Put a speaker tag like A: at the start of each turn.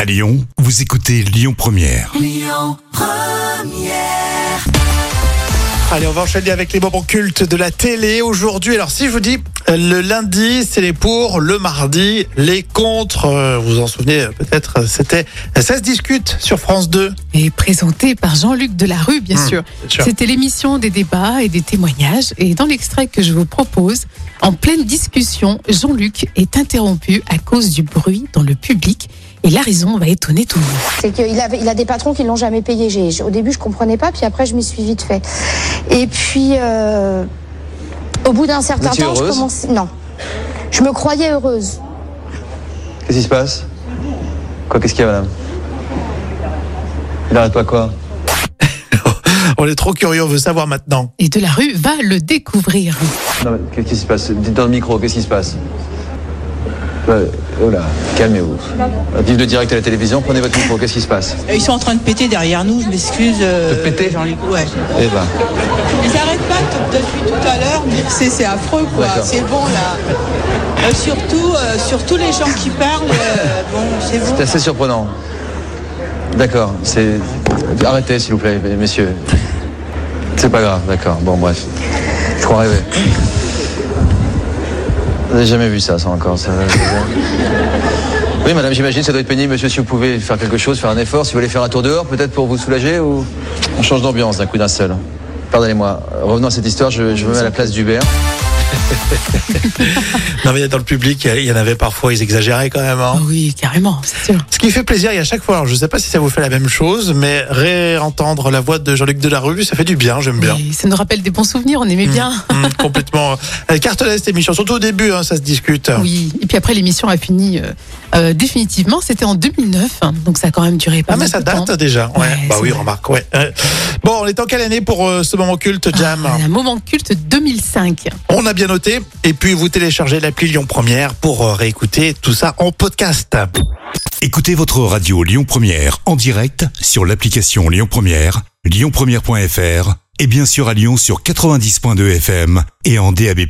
A: À Lyon, vous écoutez Lyon Première.
B: Allez, on va enchaîner avec les moments cultes de la télé aujourd'hui. Alors, si je vous dis euh, le lundi, c'est les pour, le mardi, les contre. Euh, Vous vous en souvenez euh, peut-être, euh, c'était euh, Ça se discute sur France 2.
C: Et présenté par Jean-Luc Delarue, bien
B: Mmh,
C: sûr.
B: bien sûr.
C: C'était l'émission des débats et des témoignages. Et dans l'extrait que je vous propose, en pleine discussion, Jean-Luc est interrompu à cause du bruit dans le public. Et la raison va étonner tout le monde.
D: C'est qu'il a, il a des patrons qui l'ont jamais payé. J'ai- j'ai- au début, je comprenais pas, puis après, je m'y suis vite fait. Et puis, euh, au bout d'un certain
E: étiez
D: temps, je
E: heureuse
D: commençais. Non. Je me croyais heureuse.
E: Qu'est-ce qui se passe Quoi, qu'est-ce qu'il y a, madame Il arrête pas quoi
B: On est trop curieux, on veut savoir maintenant.
C: Et Delarue va le découvrir.
E: Non, mais qu'est-ce qui se passe Dites dans le micro, qu'est-ce qui se passe Euh, Oh là, calmez-vous. Vive le direct à la télévision, prenez votre micro, qu'est-ce qui se passe
F: Euh, Ils sont en train de péter derrière nous, je m'excuse. euh,
E: De péter
F: Jean-Luc. Ouais.
E: Eh ben,
F: Ils arrêtent pas tout- depuis tout à l'heure, mais c'est c'est affreux quoi.
E: D'accord.
F: C'est bon là. Euh, surtout, euh, surtout les gens qui parlent, euh, bon, c'est bon.
E: c'est assez surprenant. D'accord, c'est. Arrêtez, s'il vous plaît, messieurs. C'est pas grave, d'accord, bon, bref. Je crois rêver. Vous n'avez jamais vu ça, ça encore. ça- Oui, madame, j'imagine que ça doit être pénible. Monsieur, si vous pouvez faire quelque chose, faire un effort, si vous voulez faire un tour dehors, peut-être pour vous soulager ou. On change d'ambiance d'un coup d'un seul. Pardonnez-moi, revenons à cette histoire, je, je me mets à la place d'Hubert.
B: Non, mais dans le public, il y en avait parfois, ils exagéraient quand même. hein.
C: Ah oui, carrément, c'est sûr.
B: Ce qui fait plaisir, et à chaque fois, alors je sais pas si ça vous fait la même chose, mais réentendre la voix de Jean-Luc Delarue, ça fait du bien, j'aime bien.
C: Et ça nous rappelle des bons souvenirs, on aimait bien.
B: Hum, complètement. Elle cartonnait cette émission, surtout au début, hein, ça se discute.
C: Oui, et puis après l'émission a fini euh, euh, définitivement, c'était en 2009, hein. donc ça a quand même duré pas
B: Ah mais
C: mal
B: ça
C: de temps.
B: date déjà. Ouais.
C: Ouais,
B: bah
C: c'est
B: oui,
C: vrai.
B: remarque. Ouais. Ouais. Bon, on est en quelle année pour euh, ce moment culte, Jam
C: Ah, un moment culte 2005.
B: On a bien noté. Et puis vous téléchargez l'appli Lyon Première pour euh, réécouter tout ça en podcast.
A: Écoutez votre radio Lyon Première en direct sur l'application Lyon Première, lyonpremière.fr et bien sûr à Lyon sur 90.2 FM et en DAB+.